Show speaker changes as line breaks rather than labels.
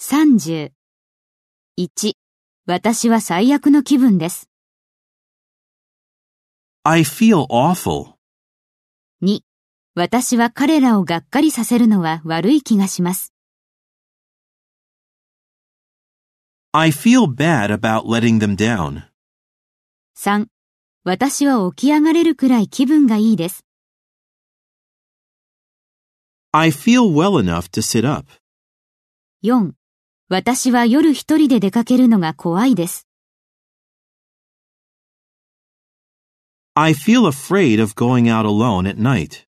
30。1. 私は最悪の気分です。
I feel awful.
2. 私は彼らをがっかりさせるのは悪い気がします。
I feel bad about letting them down.
3. 私は起き上がれるくらい気分がいいです。
I feel well enough to sit up.
4. 私は夜一人で出かけるのが怖いです。
I feel afraid of going out alone at night.